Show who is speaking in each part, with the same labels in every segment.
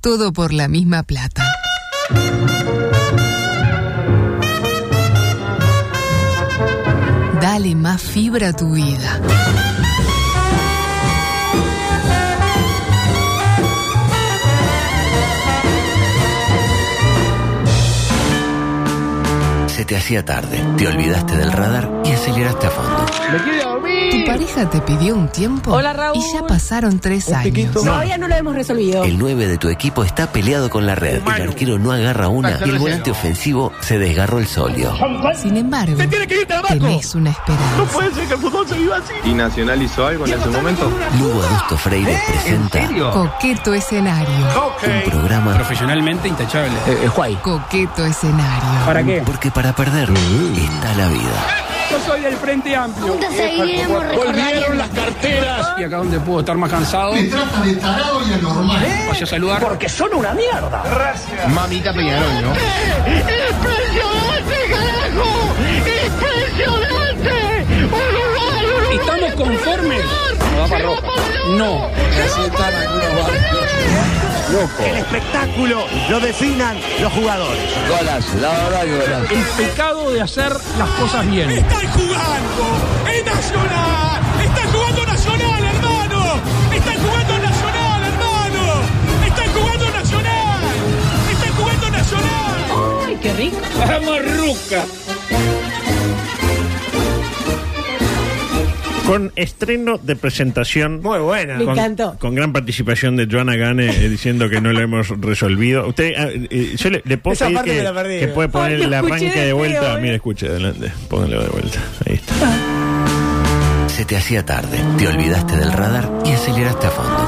Speaker 1: Todo por la misma plata. Dale más fibra a tu vida.
Speaker 2: Se te hacía tarde, te olvidaste del radar y aceleraste a fondo.
Speaker 1: Tu pareja te pidió un tiempo
Speaker 3: Hola, Raúl.
Speaker 1: y ya pasaron tres años.
Speaker 3: Todavía no lo hemos resolvido.
Speaker 2: El 9 de tu equipo está peleado con la red, el arquero no agarra una y el volante ofensivo se desgarró el solio.
Speaker 1: Sin embargo, tenés una esperanza.
Speaker 4: ¿Y nacionalizó algo en ese momento?
Speaker 2: Lugo Augusto Freire presenta
Speaker 1: Coqueto escenario.
Speaker 2: un programa
Speaker 5: Profesionalmente intachable.
Speaker 1: Coqueto escenario.
Speaker 2: porque para perder está la vida.
Speaker 5: Yo soy del Frente Amplio.
Speaker 6: Juntos seguiremos recorriendo.
Speaker 5: Y acá donde puedo estar más cansado. Me tratan de tarado y anormal. Pasé a saludar. Porque
Speaker 4: Mamita Peñarol, ¿no?
Speaker 6: ¡Impresionante, carajo! ¡Impresionante! ¡Uruguay, Uruguay!
Speaker 5: estamos conformes. No da para ropa. No.
Speaker 7: El espectáculo lo definan los jugadores.
Speaker 5: El pecado de hacer las cosas bien.
Speaker 8: Están jugando en Nacional. Están jugando Nacional, hermano. Están jugando Nacional, hermano. Están jugando Nacional. Están jugando Nacional.
Speaker 3: Ay, qué rico.
Speaker 5: Vamos, Ruca.
Speaker 9: Con estreno de presentación.
Speaker 7: Muy buena.
Speaker 3: Me
Speaker 9: Con,
Speaker 3: encantó.
Speaker 9: con gran participación de Joana Gane eh, diciendo que no lo hemos resolvido. Usted, ah, eh, yo le, le puedo
Speaker 7: Esa
Speaker 9: pedir
Speaker 7: parte
Speaker 9: que,
Speaker 7: me la perdí.
Speaker 9: que puede poner
Speaker 3: Ay, lo
Speaker 9: el
Speaker 3: escuché
Speaker 9: arranque
Speaker 3: de
Speaker 9: de vuelta.
Speaker 3: feo, eh.
Speaker 9: Mire, escuche, adelante. Póngalo de vuelta. Ahí está.
Speaker 2: Se te hacía tarde, te olvidaste del radar y aceleraste a fondo.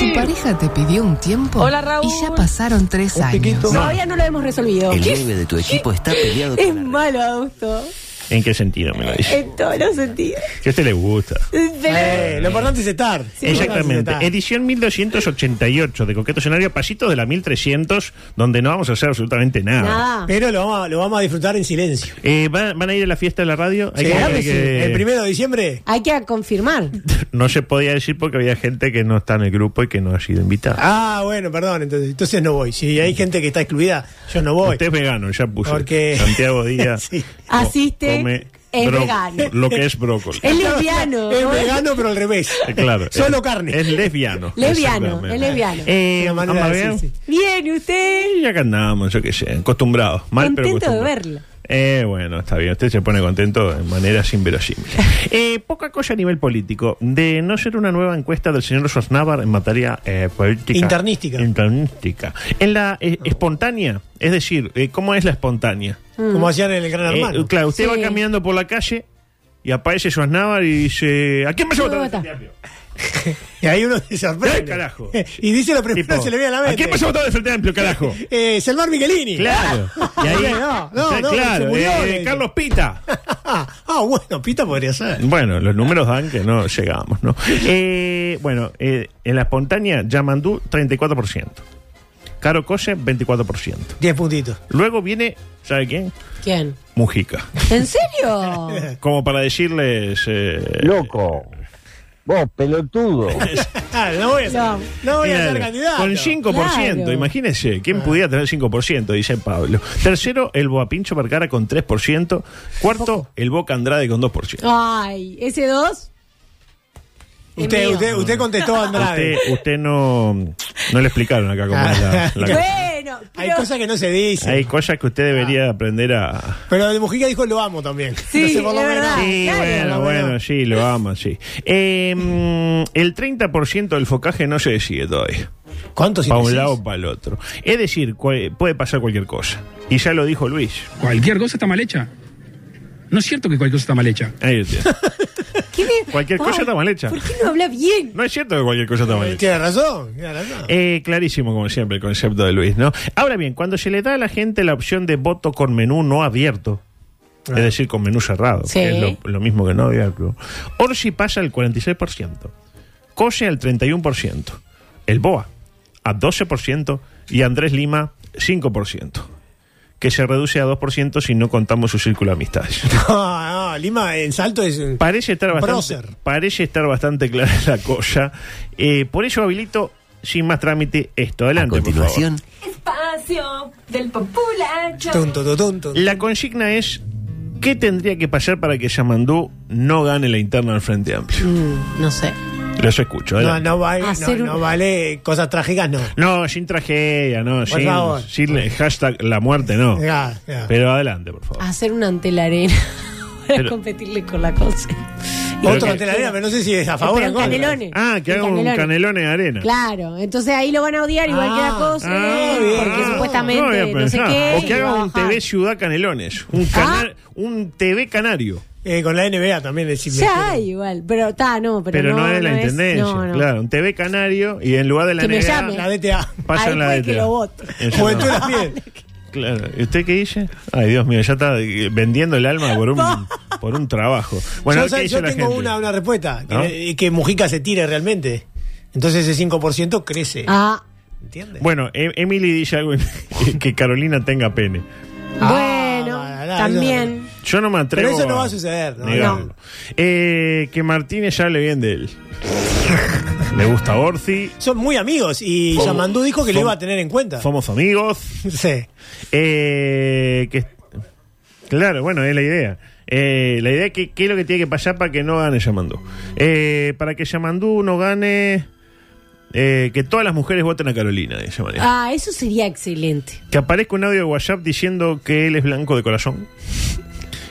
Speaker 1: Tu pareja te pidió un tiempo
Speaker 3: Hola, Raúl.
Speaker 1: y ya pasaron tres años.
Speaker 3: Todavía no lo hemos resolvido.
Speaker 2: El 9 de tu equipo está peleado
Speaker 3: Es
Speaker 2: con la red.
Speaker 3: malo, Augusto.
Speaker 9: ¿En qué sentido me lo dice?
Speaker 3: En todos los sentidos.
Speaker 9: Que a usted le gusta.
Speaker 7: Eh, lo importante es estar.
Speaker 9: Exactamente.
Speaker 7: Lo importante es estar.
Speaker 9: Edición 1288 de Coqueto Escenario, pasitos de la 1300, donde no vamos a hacer absolutamente nada.
Speaker 3: Nada.
Speaker 7: Pero lo vamos, a, lo vamos a disfrutar en silencio.
Speaker 9: Eh, ¿van, van a ir a la fiesta de la radio? Hay
Speaker 7: Sí,
Speaker 9: que-
Speaker 7: claro que
Speaker 9: hay
Speaker 7: sí.
Speaker 9: que-
Speaker 7: El primero de diciembre.
Speaker 3: Hay que confirmar.
Speaker 9: No se podía decir porque había gente que no está en el grupo y que no ha sido invitada.
Speaker 7: Ah, bueno, perdón. Entonces, entonces no voy. Si hay gente que está excluida, yo no voy.
Speaker 9: Usted es vegano, ya puse.
Speaker 7: Porque-
Speaker 9: Santiago Díaz
Speaker 7: Sí.
Speaker 3: Asiste,
Speaker 9: come
Speaker 3: es
Speaker 9: bro-
Speaker 3: vegano.
Speaker 9: Lo que es brócoli.
Speaker 3: Es lesbiano.
Speaker 7: Es
Speaker 3: ¿no?
Speaker 7: vegano, pero al revés.
Speaker 9: Eh, Claro.
Speaker 7: Solo
Speaker 9: es-
Speaker 7: carne.
Speaker 9: Es lesbiano.
Speaker 3: Lesbiano,
Speaker 9: Exactamente.
Speaker 3: es lesbiano.
Speaker 9: Eh,
Speaker 7: Una manera
Speaker 9: ¿ama
Speaker 7: de
Speaker 9: bien?
Speaker 7: decir, sí.
Speaker 3: Bien, ¿y usted?
Speaker 9: Y acá andamos, yo qué sé, acostumbrados. Mal, pero
Speaker 3: Contento de
Speaker 9: acostumbrados.
Speaker 3: verla.
Speaker 9: Eh, bueno, está bien. Usted se pone contento de maneras inverosímiles. Eh, poca cosa a nivel político. De no ser una nueva encuesta del señor Sosnávar en materia eh, política.
Speaker 7: Internística.
Speaker 9: Internística. En la eh, espontánea, es decir, eh, ¿cómo es la espontánea?
Speaker 7: Como hacían en el Gran Hermano.
Speaker 9: Eh, claro, usted
Speaker 3: Sí.
Speaker 9: va caminando por la calle y aparece Sosnávar y dice: ¿A quién me a
Speaker 3: Yo voy a
Speaker 9: votar?
Speaker 3: votar.
Speaker 7: Y ahí uno se sorprende.
Speaker 9: ¡Ay, carajo!
Speaker 7: y dice lo primero que se le viene a la
Speaker 9: ¿A
Speaker 7: mente.
Speaker 9: quién me a votar de Frente Amplio, carajo?
Speaker 7: Eh, Selmar Michelini.
Speaker 9: Claro. Y ahí,
Speaker 7: No, no,
Speaker 9: Sí,
Speaker 7: no,
Speaker 9: claro.
Speaker 7: se murió,
Speaker 9: eh,
Speaker 7: eh.
Speaker 9: Carlos Pita.
Speaker 7: ah, bueno, Pita podría ser.
Speaker 9: Bueno, los números dan que no llegamos, ¿no? Eh, bueno, eh, en la espontánea, Yamandú, 34%. Caro Cose, 24%.
Speaker 7: 10 puntitos.
Speaker 9: Luego viene, ¿sabe quién?
Speaker 3: ¿Quién?
Speaker 9: Mujica.
Speaker 3: ¿En serio?
Speaker 9: Como para decirles... eh,
Speaker 10: Loco. Vos, pelotudo.
Speaker 7: Ah, no voy a ser,
Speaker 3: No.
Speaker 7: no. voy a
Speaker 9: claro,
Speaker 7: ser candidato.
Speaker 9: Con 5%,
Speaker 3: Claro.
Speaker 9: imagínese, ¿quién pudiera tener 5%? Dice Pablo. Tercero, el Boapincho Vergara con 3%. Cuarto, el Boca Andrade con 2%.
Speaker 3: Ay, ese dos. es
Speaker 7: usted,
Speaker 3: mío.
Speaker 7: usted, usted contestó a Andrade.
Speaker 9: Usted, usted no, no le explicaron acá cómo es la- la,
Speaker 3: Ah. Bueno,
Speaker 7: Hay
Speaker 3: pero-
Speaker 7: cosas que no se dicen.
Speaker 9: Hay cosas que usted debería
Speaker 3: Ah.
Speaker 9: aprender a...
Speaker 7: Pero de Mujica dijo lo amo también.
Speaker 3: Sí,
Speaker 7: por lo menos-
Speaker 3: es verdad.
Speaker 9: Sí,
Speaker 3: Ah, claro.
Speaker 9: bueno,
Speaker 7: Bueno.
Speaker 9: bueno, sí, lo vamos, sí. Eh, mm, el 30% del focaje no se decide todavía,
Speaker 7: ¿Cuántos
Speaker 9: para un
Speaker 7: indecisos?
Speaker 9: lado o para el otro. Es decir, cua- puede pasar cualquier cosa. Y ya lo dijo Luis.
Speaker 5: Cualquier cosa está mal hecha. No es cierto que cualquier cosa está mal hecha.
Speaker 9: Ahí lo tiene.
Speaker 3: ¿Qué me-
Speaker 9: Cualquier cosa está mal hecha.
Speaker 3: ¿Por qué no habla bien?
Speaker 9: No es cierto que cualquier cosa está mal hecha.
Speaker 7: Tiene razón, tiene razón.
Speaker 9: Eh, clarísimo, como siempre, el concepto de Luis, ¿no? Ahora bien, cuando se le da a la gente la opción de voto con menú no abierto, es decir, con menú cerrado,
Speaker 3: Sí.
Speaker 9: que es lo, lo mismo que no abierto, Orsi pasa al 46%, Cose al 31%, el BOA a 12% y Andrés Lima 5%, que se reduce a 2% si no contamos su círculo de amistades.
Speaker 7: No, no, Lima en salto es un-
Speaker 9: Parece estar bastante,
Speaker 7: Prócer.
Speaker 9: parece estar bastante clara la cosa. Eh, por ello habilito sin más trámite esto. Adelante.
Speaker 2: A continuación,
Speaker 9: por
Speaker 3: Espacio del populacho.
Speaker 7: Tonto, tonto,
Speaker 9: favor. La consigna es: ¿qué tendría que pasar para que Yamandú no gane la interna del Frente Amplio?
Speaker 3: Mm, no sé.
Speaker 9: Los escucho. ¿eh?
Speaker 7: No,
Speaker 9: adelante.
Speaker 7: no vale, no,
Speaker 3: Hacer un-
Speaker 7: no vale cosas trágicas, no.
Speaker 9: No, sin tragedia, no, sin,
Speaker 7: favor.
Speaker 9: sin el hashtag la muerte, no.
Speaker 7: Ya, ya.
Speaker 9: Pero adelante, por favor.
Speaker 3: Hacer un ante la arena para
Speaker 9: Pero-
Speaker 3: competirle con la cosa.
Speaker 9: Pero
Speaker 7: Otro
Speaker 9: que-
Speaker 7: ante la arena, pero no sé si es a favor o
Speaker 3: Pero
Speaker 7: en
Speaker 3: en
Speaker 7: contra.
Speaker 3: canelones.
Speaker 9: Ah, que
Speaker 3: En
Speaker 9: haga un canelón en arena.
Speaker 3: Claro, entonces ahí lo van a odiar igual que la
Speaker 7: Ah,
Speaker 3: cosa, ¿eh?
Speaker 9: Ah, bien.
Speaker 3: porque
Speaker 9: Ah, no
Speaker 3: supuestamente
Speaker 9: había
Speaker 3: no, sé
Speaker 9: pensado.
Speaker 3: qué.
Speaker 9: O que
Speaker 3: y va
Speaker 9: haga
Speaker 3: a
Speaker 9: un
Speaker 3: bajar. Ah.
Speaker 9: TV Ciudad Canelones. Un, cana- un TV Canario.
Speaker 7: Eh, con la NBA también es simple.
Speaker 3: Ya hay igual, pero está, no, pero,
Speaker 9: Pero, no, es la
Speaker 3: no
Speaker 9: intendencia.
Speaker 3: no, no.
Speaker 9: Claro, un TV Canario y en lugar de la
Speaker 3: Que me
Speaker 9: NBA,
Speaker 3: llame.
Speaker 7: La DTA.
Speaker 9: pasan
Speaker 3: Ahí
Speaker 9: la
Speaker 3: puede
Speaker 9: DTA.
Speaker 3: que lo vote.
Speaker 9: Eso no.
Speaker 7: Juventud también.
Speaker 9: Claro. ¿Y usted qué dice? Ay, Dios mío, ya está eh, vendiendo el alma por un, por un trabajo. Bueno,
Speaker 7: yo
Speaker 9: ¿qué
Speaker 7: sa-
Speaker 9: dice
Speaker 7: yo
Speaker 9: la
Speaker 7: tengo
Speaker 9: gente?
Speaker 7: una, una respuesta. Que,
Speaker 9: ¿No?
Speaker 7: eh, que Mujica se tire realmente. Entonces ese 5% crece.
Speaker 3: Ah,
Speaker 7: ¿Entiendes?
Speaker 9: Bueno, E- Emily dice algo que Carolina tenga pene.
Speaker 7: Ah,
Speaker 3: bueno,
Speaker 7: la- la-
Speaker 3: también.
Speaker 9: Yo no me atrevo.
Speaker 7: Pero eso no va a suceder, ¿no?
Speaker 9: negarlo.
Speaker 7: No.
Speaker 9: Eh, que Martínez ya hable bien de él. Le gusta Orsi.
Speaker 7: Son muy amigos y
Speaker 9: Fomo-
Speaker 7: Yamandú dijo que lo
Speaker 9: Fomo-
Speaker 7: iba a tener en cuenta.
Speaker 9: Somos amigos.
Speaker 7: Sí.
Speaker 9: Eh, que, claro, bueno, es la idea. Eh, la idea es que qué es lo que tiene que pasar para que no gane Yamandú. Eh, para que Yamandú no gane. eh, que todas las mujeres voten a Carolina, de esa manera.
Speaker 3: Ah, eso sería excelente.
Speaker 9: Que aparezca un audio de WhatsApp diciendo que él es blanco de corazón.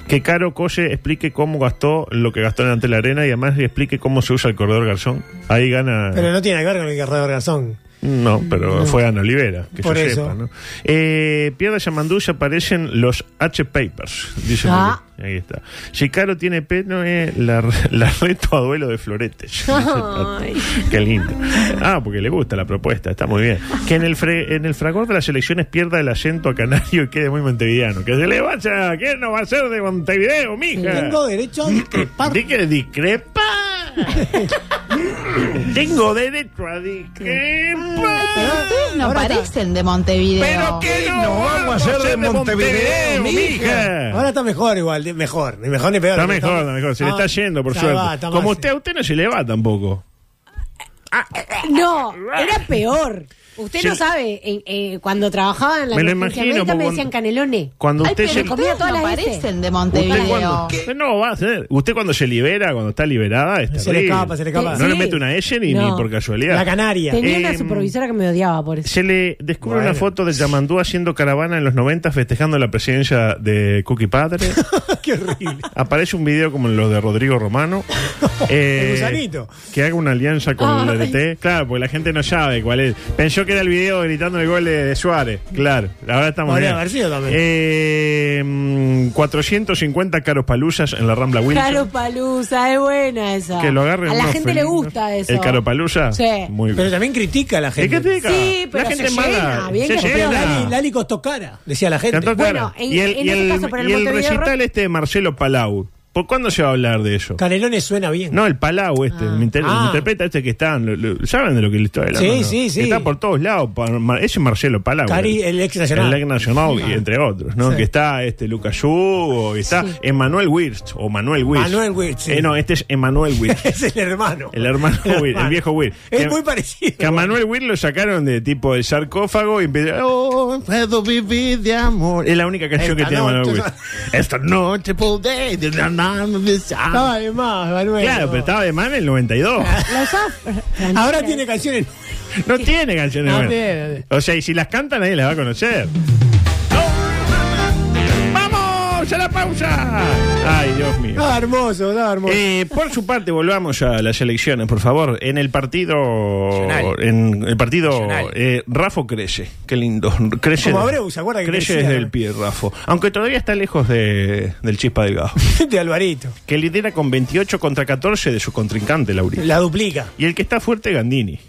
Speaker 9: Que Caro Colle explique cómo gastó lo que gastó en Ante la Arena y además le explique cómo se usa el corredor garzón. Ahí gana.
Speaker 7: Pero no tiene que ver con el Guerrero Garzón.
Speaker 9: No, pero fue Ana Olivera, que
Speaker 7: Por
Speaker 9: yo
Speaker 7: eso.
Speaker 9: sepa, ¿no? Eh, Pierre Yamandú ya aparecen los H Papers, dice
Speaker 3: Ah.
Speaker 9: Miguel. Ahí está. Si Caro tiene pelo, eh, la, la reto a duelo de floretes. dice Tato.
Speaker 3: Ay.
Speaker 9: Qué lindo. Ah, porque le gusta la propuesta, está muy bien. Que en el, fre- en el fragor de las elecciones pierda el acento a canario y quede muy montevideano. Que se le vaya, ¿quién no va a ser de Montevideo, mija?
Speaker 7: Tengo derecho a discrepar.
Speaker 9: Di que discrepa. Tengo derecho a discrepar.
Speaker 7: no
Speaker 1: parecen de Montevideo.
Speaker 9: Pero que no, vamos a ser de Montevideo, mija.
Speaker 7: Ahora está mejor igual, de- mejor, ni mejor ni peor. Ah,
Speaker 9: Está mejor, está mejor. Se le está yendo, por
Speaker 7: Ya
Speaker 9: suerte.
Speaker 7: va, está más-
Speaker 9: Como usted a usted no se le va tampoco.
Speaker 3: No, era peor. Usted
Speaker 9: Se-
Speaker 3: no sabe, en- eh, cuando trabajaba en la
Speaker 9: Me lo
Speaker 3: emergencia
Speaker 9: imagino,
Speaker 3: médica me
Speaker 9: porque cuando-
Speaker 3: decían canelones.
Speaker 9: Cuando usted se
Speaker 3: me comía todas las veces.
Speaker 1: de
Speaker 9: ¿Usted cuando, no va a ser. Usted cuando se libera, cuando está liberada, es
Speaker 7: Se le
Speaker 9: terrible.
Speaker 7: escapa, se le escapa.
Speaker 9: No
Speaker 3: Sí.
Speaker 9: le mete una S ni,
Speaker 3: No.
Speaker 9: ni por casualidad.
Speaker 7: La Canaria.
Speaker 3: Tenía
Speaker 9: Eh,
Speaker 3: una supervisora que me odiaba por eso.
Speaker 9: Se le descubre
Speaker 7: Bueno.
Speaker 9: una foto de Yamandú haciendo caravana en los 90 festejando la presidencia de Cookie Padre.
Speaker 7: Qué horrible.
Speaker 9: Aparece un video como los de Rodrigo Romano. eh,
Speaker 7: El gusanito.
Speaker 9: Que haga una alianza con el DT. Claro, porque la gente no sabe cuál es. Pensó que era el video gritando el gol de, de Suárez. Claro, ahora estamos
Speaker 7: Podría
Speaker 9: bien.
Speaker 7: haber sido también.
Speaker 9: Eh, mm, 450 caros paluzas en la Rambla Wilson.
Speaker 3: Caro Palusa, es buena esa.
Speaker 9: que lo agarre
Speaker 3: A la
Speaker 9: unos
Speaker 3: gente le
Speaker 9: felinos.
Speaker 3: gusta eso.
Speaker 9: ¿El caro palusa?
Speaker 3: Sí.
Speaker 9: Muy
Speaker 7: Pero
Speaker 9: bien.
Speaker 7: también critica a la
Speaker 9: ¿Y
Speaker 7: gente.
Speaker 9: qué te diga?
Speaker 3: Sí, pero
Speaker 9: la
Speaker 3: se
Speaker 9: gente es
Speaker 3: llena,
Speaker 9: mala.
Speaker 3: bien
Speaker 9: se
Speaker 3: que se
Speaker 9: llena.
Speaker 3: llena.
Speaker 7: Lali, Lali Costocara, decía la gente.
Speaker 9: Tanto
Speaker 3: Bueno,
Speaker 9: cara.
Speaker 3: en-
Speaker 9: y el,
Speaker 3: en
Speaker 9: y
Speaker 3: este
Speaker 9: el-
Speaker 3: caso, pero el
Speaker 9: y el
Speaker 3: Montevideo
Speaker 9: recital
Speaker 3: Rock-
Speaker 9: este de Marcelo Palau. ¿Por cuándo se va a hablar de eso?
Speaker 7: Canelones suena bien.
Speaker 9: No, el Palau este, me, inter-
Speaker 7: Ah.
Speaker 9: me interpreta este que está, lo- lo- ¿saben de lo que le estoy hablando?
Speaker 7: Sí,
Speaker 9: no?
Speaker 7: sí, sí.
Speaker 9: Está por todos lados, pa- Mar- ese es Marcelo Palau.
Speaker 7: Cari- el ex nacional. Ah.
Speaker 9: El ex nacional, y entre otros, ¿no?
Speaker 7: Sí.
Speaker 9: Que está este Lucas Yugo, que está Emanuel Wirst, o Manuel Wirst.
Speaker 7: Manuel Wirtz, sí.
Speaker 9: Eh, no, este es Emanuel Wirst.
Speaker 7: es el hermano.
Speaker 9: El hermano Will, el viejo Will.
Speaker 7: Es
Speaker 9: Que-
Speaker 7: muy parecido.
Speaker 9: Que a Manuel Will lo sacaron de tipo el sarcófago y empezó. Oh, puedo vivir de amor. Es la única canción
Speaker 7: Esta
Speaker 9: que tiene Manuel
Speaker 7: noche-
Speaker 9: Will. Esta noche podré. de la mano de esa-
Speaker 7: Estaba de más, Manuel.
Speaker 9: Claro, pero estaba de man en el 92.
Speaker 3: La usaba Fran-
Speaker 7: Ahora tiene canciones.
Speaker 9: No tiene canciones.
Speaker 7: No
Speaker 9: buenas.
Speaker 7: tiene, no tiene.
Speaker 9: O sea, y si las canta nadie las va a conocer. ¡No! ¡Vamos! ¡A la pausa! ¡Ay, Dios mío!
Speaker 7: Estaba Ah, hermoso, estaba hermoso.
Speaker 9: Ah, Eh, por su parte, volvamos a las elecciones, por favor. En el partido. En el partido. eh, Rafo crece. Qué lindo. Crece,
Speaker 7: Como Abreu, ¿se acuerda que
Speaker 9: crece
Speaker 7: crecía?
Speaker 9: desde el pie, Rafo. Aunque todavía está lejos de, del Chispa Delgado.
Speaker 7: de Alvarito.
Speaker 9: Que lidera con 28 contra 14 de su contrincante, Laurita.
Speaker 7: La duplica.
Speaker 9: Y el que está fuerte, Gandini.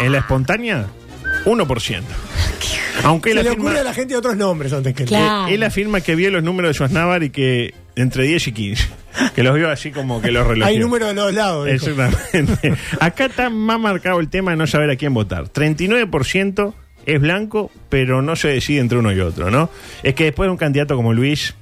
Speaker 9: En la espontánea, 1%. Aunque
Speaker 7: Se
Speaker 9: la
Speaker 7: le
Speaker 9: firma-
Speaker 7: ocurre a la gente otros nombres antes que
Speaker 3: Claro.
Speaker 9: él afirma que vio los números de Schwarzenegger y que entre 10 y 15. Que los vio así como que los relojeó.
Speaker 7: Hay números de los lados. dijo.
Speaker 9: Exactamente. Acá está más marcado el tema de no saber a quién votar. 39% es blanco, pero no se decide entre uno y otro, ¿no? Es que después de un candidato como Luis,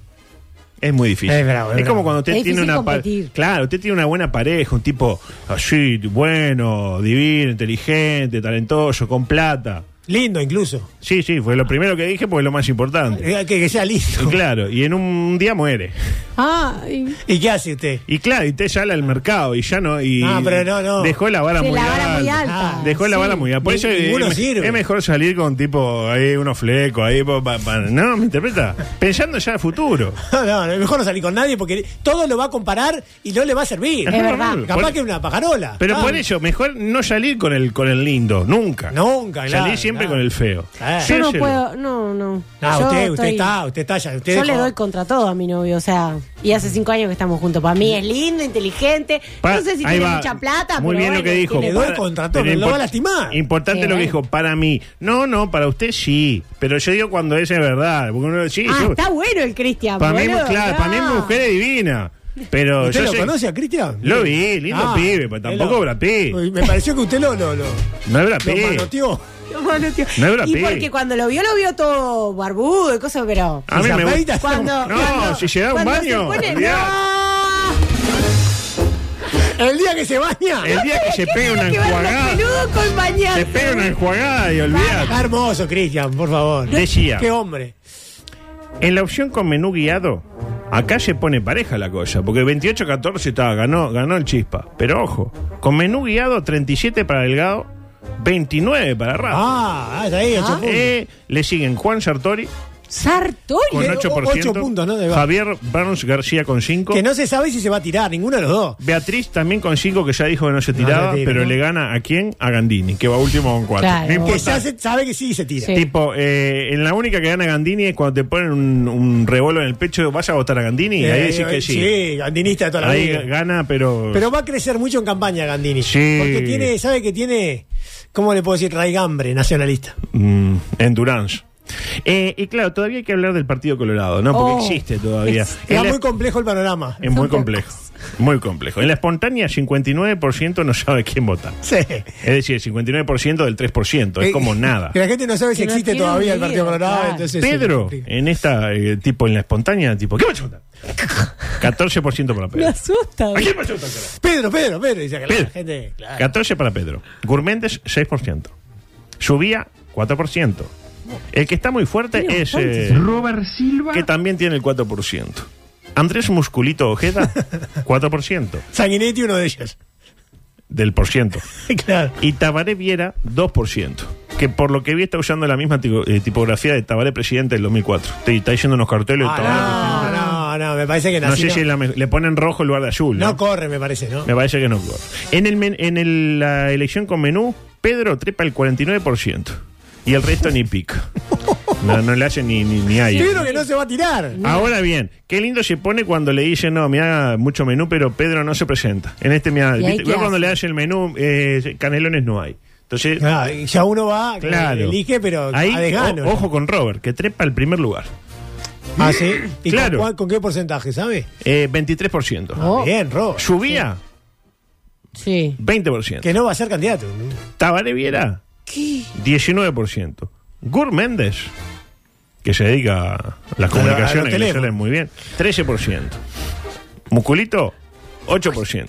Speaker 9: Es muy difícil.
Speaker 7: Es bravo, es bravo.
Speaker 9: como cuando usted
Speaker 3: Es
Speaker 9: tiene
Speaker 3: difícil
Speaker 9: una pa-
Speaker 3: competir.
Speaker 9: claro, usted tiene una buena pareja, un tipo así bueno, divino, inteligente, talentoso, con plata.
Speaker 7: Lindo incluso.
Speaker 9: Sí, sí, fue lo primero que dije porque es lo más importante.
Speaker 7: Eh, Que, que sea
Speaker 9: Y
Speaker 7: listo.
Speaker 9: claro, y en un día muere.
Speaker 3: Ah, y-
Speaker 7: ¿Y qué hace usted?
Speaker 9: Y claro, y te sale al mercado y ya no y
Speaker 7: Ah, pero no, no.
Speaker 9: dejó la vara
Speaker 3: Sí,
Speaker 9: muy
Speaker 3: la
Speaker 9: alta.
Speaker 3: vara muy alta.
Speaker 7: Ah,
Speaker 9: Dejó la
Speaker 3: Sí.
Speaker 9: vara muy alta. Por
Speaker 7: Ni-
Speaker 9: eso es,
Speaker 7: ninguno
Speaker 9: es-
Speaker 7: sirve.
Speaker 9: es mejor salir con tipo ahí unos flecos ahí pa- pa- pa- no, me interpreta, pensando ya al futuro.
Speaker 7: No, no, no, mejor no salir con nadie porque todo lo va a comparar y no le va a servir.
Speaker 9: Es verdad.
Speaker 7: Capaz
Speaker 9: Por-
Speaker 7: que es una pajarola.
Speaker 9: Eh, Pero
Speaker 7: Ah,
Speaker 9: por eso, mejor no salir con el con el lindo, nunca.
Speaker 7: Nunca, claro,
Speaker 9: Salir siempre
Speaker 7: claro. Ah.
Speaker 9: con el feo.
Speaker 7: Claro.
Speaker 3: yo no
Speaker 9: Piénselo.
Speaker 3: puedo. No, no.
Speaker 7: No,
Speaker 3: Yo
Speaker 7: Ah, usted, usted
Speaker 3: estoy-
Speaker 7: está, usted está ya. Usted
Speaker 3: Yo
Speaker 7: dejó-
Speaker 3: le doy contra todo a mi novio, o sea, y hace cinco años que estamos juntos. Para mí es lindo, inteligente.
Speaker 9: Pa-
Speaker 3: no sé si
Speaker 9: ahí
Speaker 3: tiene
Speaker 9: va.
Speaker 3: mucha plata,
Speaker 9: Muy
Speaker 3: pero
Speaker 9: bien lo
Speaker 3: bueno,
Speaker 9: que dijo.
Speaker 7: le
Speaker 3: tiene-
Speaker 7: doy
Speaker 9: Para-
Speaker 7: contra todo,
Speaker 9: pero
Speaker 7: lo va a
Speaker 9: import-
Speaker 7: lastimar.
Speaker 9: Importante lo
Speaker 3: Sí,
Speaker 9: que
Speaker 3: bueno.
Speaker 9: dijo. Para mí. No, no, para usted sí. Pero yo digo cuando es de verdad. Porque uno, sí,
Speaker 3: Ah,
Speaker 9: yo-
Speaker 3: está bueno el Cristian.
Speaker 9: para mí,
Speaker 3: boludo,
Speaker 9: claro,
Speaker 3: no.
Speaker 9: para mí mi mujer es divina. Pero
Speaker 7: ¿Usted
Speaker 9: yo
Speaker 7: lo
Speaker 9: sé-
Speaker 7: conoce a Cristian? Ah,
Speaker 9: Lo vi, lindo pibe, pero
Speaker 7: es
Speaker 9: tampoco Brad Pitt.
Speaker 7: Uy, Me pareció que usted lo, lo, lo,
Speaker 9: No es Brad
Speaker 7: lo
Speaker 9: Pitt.
Speaker 7: manoteó.
Speaker 3: Bueno, tío.
Speaker 9: No era
Speaker 3: y
Speaker 9: pibe.
Speaker 3: porque cuando lo vio, lo vio todo barbudo y cosas, pero.
Speaker 9: A mí
Speaker 7: Esa
Speaker 9: me
Speaker 7: peita-
Speaker 9: gusta.
Speaker 3: Cuando,
Speaker 9: No,
Speaker 3: cuando-
Speaker 9: si llega a un
Speaker 3: cuando se
Speaker 9: baño,
Speaker 3: pone-
Speaker 9: olvidate.
Speaker 3: ¡No!
Speaker 7: El día que se baña.
Speaker 9: El día que se
Speaker 3: ¿Qué
Speaker 9: pega
Speaker 3: tiene
Speaker 9: una
Speaker 3: que ver los
Speaker 9: enjuagada.
Speaker 3: peludos con bañarse?
Speaker 9: Se pega una enjuagada y olvidate.
Speaker 7: Está hermoso, Cristian, por favor.
Speaker 9: Decía.
Speaker 7: Qué hombre.
Speaker 9: En la opción con menú guiado, acá se pone pareja la cosa, porque 28-14 estaba, ganó, ganó el chispa. Pero ojo, con menú guiado 37 para Delgado, 29 para Rafa.
Speaker 7: Ah, ah, está ahí, ocho puntos.
Speaker 9: Eh, le siguen Juan Sartori
Speaker 3: Sartori.
Speaker 9: con
Speaker 7: Bien,
Speaker 9: 8%,
Speaker 7: ocho puntos, ¿no? De va.
Speaker 9: Javier Barnes García con 5,
Speaker 7: que no se sabe si se va a tirar, ninguno de los dos.
Speaker 9: Beatriz también con 5 que ya dijo que no se tiraba,
Speaker 7: se tira,
Speaker 9: pero
Speaker 7: ¿no?
Speaker 9: le gana a quién? A Gandini, que va último con 4.
Speaker 3: Claro.
Speaker 9: No
Speaker 7: Que
Speaker 9: importa.
Speaker 7: ya se sabe que sí se tira.
Speaker 3: Sí.
Speaker 9: Tipo, eh, en la única que gana Gandini es cuando te ponen un, un revuelo en el pecho, vas a votar a Gandini y ahí
Speaker 7: Eh,
Speaker 9: decís que sí.
Speaker 7: Sí, gandinista de toda la
Speaker 9: Ahí
Speaker 7: vida.
Speaker 9: gana, pero.
Speaker 7: Pero va a crecer mucho en campaña Gandini.
Speaker 9: Pues- Sí.
Speaker 7: Porque tiene, sabe que tiene, ¿cómo le puedo decir? Raigambre nacionalista.
Speaker 9: Mm, endurance. Eh, y claro, todavía hay que hablar del Partido Colorado, ¿no? Porque
Speaker 3: Oh.
Speaker 9: existe todavía.
Speaker 3: Es-
Speaker 9: En
Speaker 7: Es
Speaker 9: la-
Speaker 7: muy complejo el panorama.
Speaker 9: es muy complejo. Muy complejo. En la espontánea, 59% no sabe quién vota.
Speaker 7: Sí.
Speaker 9: Es decir, 59% del 3%. Es
Speaker 7: Eh,
Speaker 9: como nada.
Speaker 7: Que la gente no sabe si
Speaker 3: Que no
Speaker 7: existe
Speaker 3: tiene
Speaker 7: todavía el
Speaker 3: medida,
Speaker 7: Partido Colorado.
Speaker 3: claro.
Speaker 7: entonces sí,
Speaker 9: Pedro,
Speaker 7: complica.
Speaker 9: en esta, eh, tipo, en la espontánea, tipo, ¿qué vas a votar? 14% para
Speaker 3: Me
Speaker 9: Pedro.
Speaker 3: asusta.
Speaker 9: ¿A quién vas a votar, carajo?
Speaker 7: Pedro, Pedro, Pedro. Dice que
Speaker 9: Pedro.
Speaker 7: la gente. claro.
Speaker 9: 14 para Pedro. Gourméndez, 6%. Subía, 4%. El que está muy fuerte es eh,
Speaker 5: Robert Silva.
Speaker 9: que también tiene el 4%. Andrés Musculito Ojeda, 4%
Speaker 7: Sanguinetti, uno de ellos.
Speaker 9: del por ciento.
Speaker 7: claro.
Speaker 9: Y Tabaré Viera, 2%. Que por lo que vi está usando la misma tipo- eh, tipografía de Tabaré Presidente del 2004. Te- Está diciendo unos carteles. de Tabaré Presidente.
Speaker 7: Ah, no, no, no, me parece que
Speaker 9: no, sé
Speaker 7: nació-
Speaker 9: si es la me- le ponen rojo en lugar de azul.
Speaker 7: no corre, me parece, ¿no?
Speaker 9: Me parece que no ocurre. En, el men- en el- la elección con menú, Pedro trepa el 49%. Y el resto ni pica. No, no le hacen ni, ni, ni aire.
Speaker 7: Pedro que no se va a tirar.
Speaker 9: Ahora bien, qué lindo se pone cuando le dicen, no, mira, mucho menú, pero Pedro no se presenta. En este, mira,
Speaker 3: ¿Y ahí qué
Speaker 9: cuando
Speaker 3: hace?
Speaker 9: le hace el menú, eh, canelones no hay. Entonces,
Speaker 7: Ah, y ya uno va,
Speaker 9: claro.
Speaker 7: elige, pero
Speaker 9: Ahí,
Speaker 7: a desgano.
Speaker 9: o- ojo con Robert, que trepa al primer lugar.
Speaker 7: Ah, sí. ¿Y con
Speaker 9: Claro.
Speaker 7: cuál- con, qué porcentaje, sabe?
Speaker 9: Eh, 23%.
Speaker 3: Oh,
Speaker 7: Bien, Rob.
Speaker 9: Subía,
Speaker 3: sí.
Speaker 9: 20%.
Speaker 7: Que no va a ser candidato.
Speaker 9: Tabaré Viera, 19%. Gur Méndez, que se dedica a las
Speaker 7: a
Speaker 9: comunicaciones,
Speaker 7: los
Speaker 9: que le
Speaker 7: teléfonos.
Speaker 9: salen muy bien, 13%. Musculito, 8%.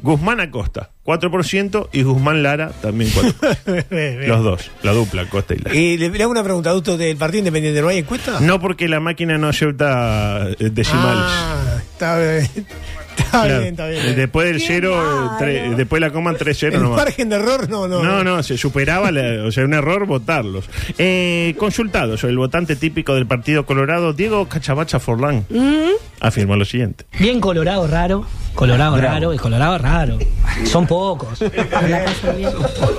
Speaker 9: Guzmán Acosta, 4%. Y Guzmán Lara, también 4%. Los dos, la dupla, Acosta y Lara.
Speaker 7: Y le, le hago una pregunta, ¿Dusto del Partido Independiente no hay encuesta?
Speaker 9: No porque la máquina no acepta eh, decimales.
Speaker 7: Ah, está bien. Ah, Está
Speaker 9: Claro.
Speaker 7: bien, está bien.
Speaker 9: Eh, Después del
Speaker 3: Qué
Speaker 9: 0,
Speaker 3: malo.
Speaker 9: después la coman 3-0
Speaker 7: el
Speaker 9: nomás.
Speaker 7: margen de error, no, no.
Speaker 9: No, no, se superaba, la- o sea, un error votarlos. Eh, consultados, el votante típico del Partido Colorado, Diego Cachabacha Forlán,
Speaker 7: Mm.
Speaker 9: afirmó lo siguiente.
Speaker 11: Bien colorado raro, colorado raro, el colorado raro. Son pocos.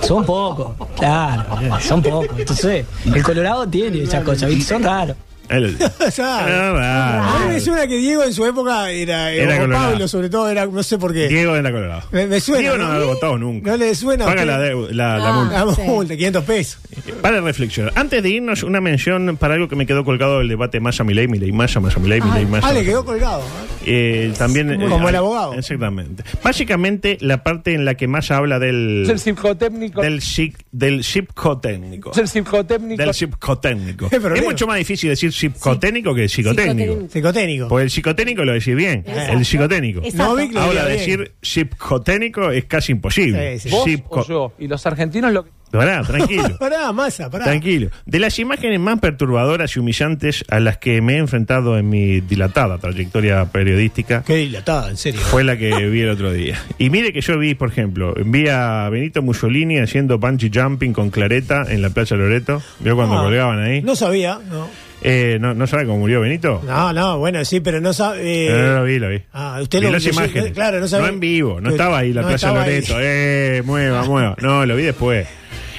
Speaker 11: son pocos, claro, son pocos. Entonces, el colorado tiene esas cosas, ¿viste? son raros.
Speaker 9: Ahí lo Ah, digo.
Speaker 7: Ya. A
Speaker 9: Era
Speaker 7: mí
Speaker 9: raro.
Speaker 7: me Ah, suena que Diego en su época era, eh,
Speaker 9: Era
Speaker 7: o
Speaker 9: colorado.
Speaker 7: Pablo sobre todo, era, no sé por qué.
Speaker 9: Diego era Colorado.
Speaker 7: Me, me suena.
Speaker 9: Diego no
Speaker 7: ¿no?
Speaker 9: ha votado nunca.
Speaker 7: No le suena a
Speaker 9: Paga la,
Speaker 7: usted.
Speaker 9: deu- la, la
Speaker 3: Ah.
Speaker 9: multa.
Speaker 7: La
Speaker 3: Sí.
Speaker 7: multa, 500 pesos.
Speaker 9: Para reflexionar. Antes de irnos, una mención para algo que me quedó colgado del debate Massa Milei, Milei Massa, Massa Milei, Milei Massa.
Speaker 7: Ah, le
Speaker 9: Massa.
Speaker 7: quedó colgado. ¿eh?
Speaker 9: Eh, también
Speaker 7: Como- como el
Speaker 9: ah,
Speaker 7: abogado.
Speaker 9: Exactamente. Básicamente la parte en la que más habla del
Speaker 8: Es el psicotécnico.
Speaker 9: del psic- del psicotécnico.
Speaker 8: Es el psicotécnico.
Speaker 9: Del psicotécnico.
Speaker 7: Es problema.
Speaker 9: Es mucho más difícil decir psicotécnico que psicotécnico.
Speaker 7: Psicotécnico.
Speaker 9: Pues el psicotécnico lo decís bien.
Speaker 7: Exacto.
Speaker 9: El psicotécnico.
Speaker 7: Exacto. Novik lo
Speaker 9: Ahora
Speaker 7: diría bien.
Speaker 9: decir psicotécnico es casi imposible.
Speaker 7: Sí, sí. Vos
Speaker 9: Psico-
Speaker 12: Y los argentinos lo que.
Speaker 9: Pará, tranquilo.
Speaker 7: pará, masa, pará.
Speaker 9: Tranquilo. De las imágenes más perturbadoras y humillantes a las que me he enfrentado en mi dilatada trayectoria periodística.
Speaker 7: Qué dilatada, en serio.
Speaker 9: Fue la que vi el otro día. Y mire que yo vi, por ejemplo, vi a Benito Mussolini haciendo punchy jumping con Clareta en la Plaza Loreto. ¿Vio cuando
Speaker 7: Ah,
Speaker 9: colgaban ahí?
Speaker 7: No sabía, no.
Speaker 9: Eh, no, ¿No sabe cómo murió Benito?
Speaker 7: No, no, bueno, sí, pero no sabe. eh,
Speaker 9: Pero no lo vi, lo vi.
Speaker 7: Ah, usted
Speaker 9: Vi
Speaker 7: lo
Speaker 9: las
Speaker 7: leyó-
Speaker 9: imágenes.
Speaker 7: claro, no sabía-
Speaker 9: en vivo, no
Speaker 7: que-
Speaker 9: estaba ahí la
Speaker 7: no
Speaker 9: Plaza
Speaker 7: estaba ahí.
Speaker 9: Loreto. Eh, mueva, mueva. No, lo vi después.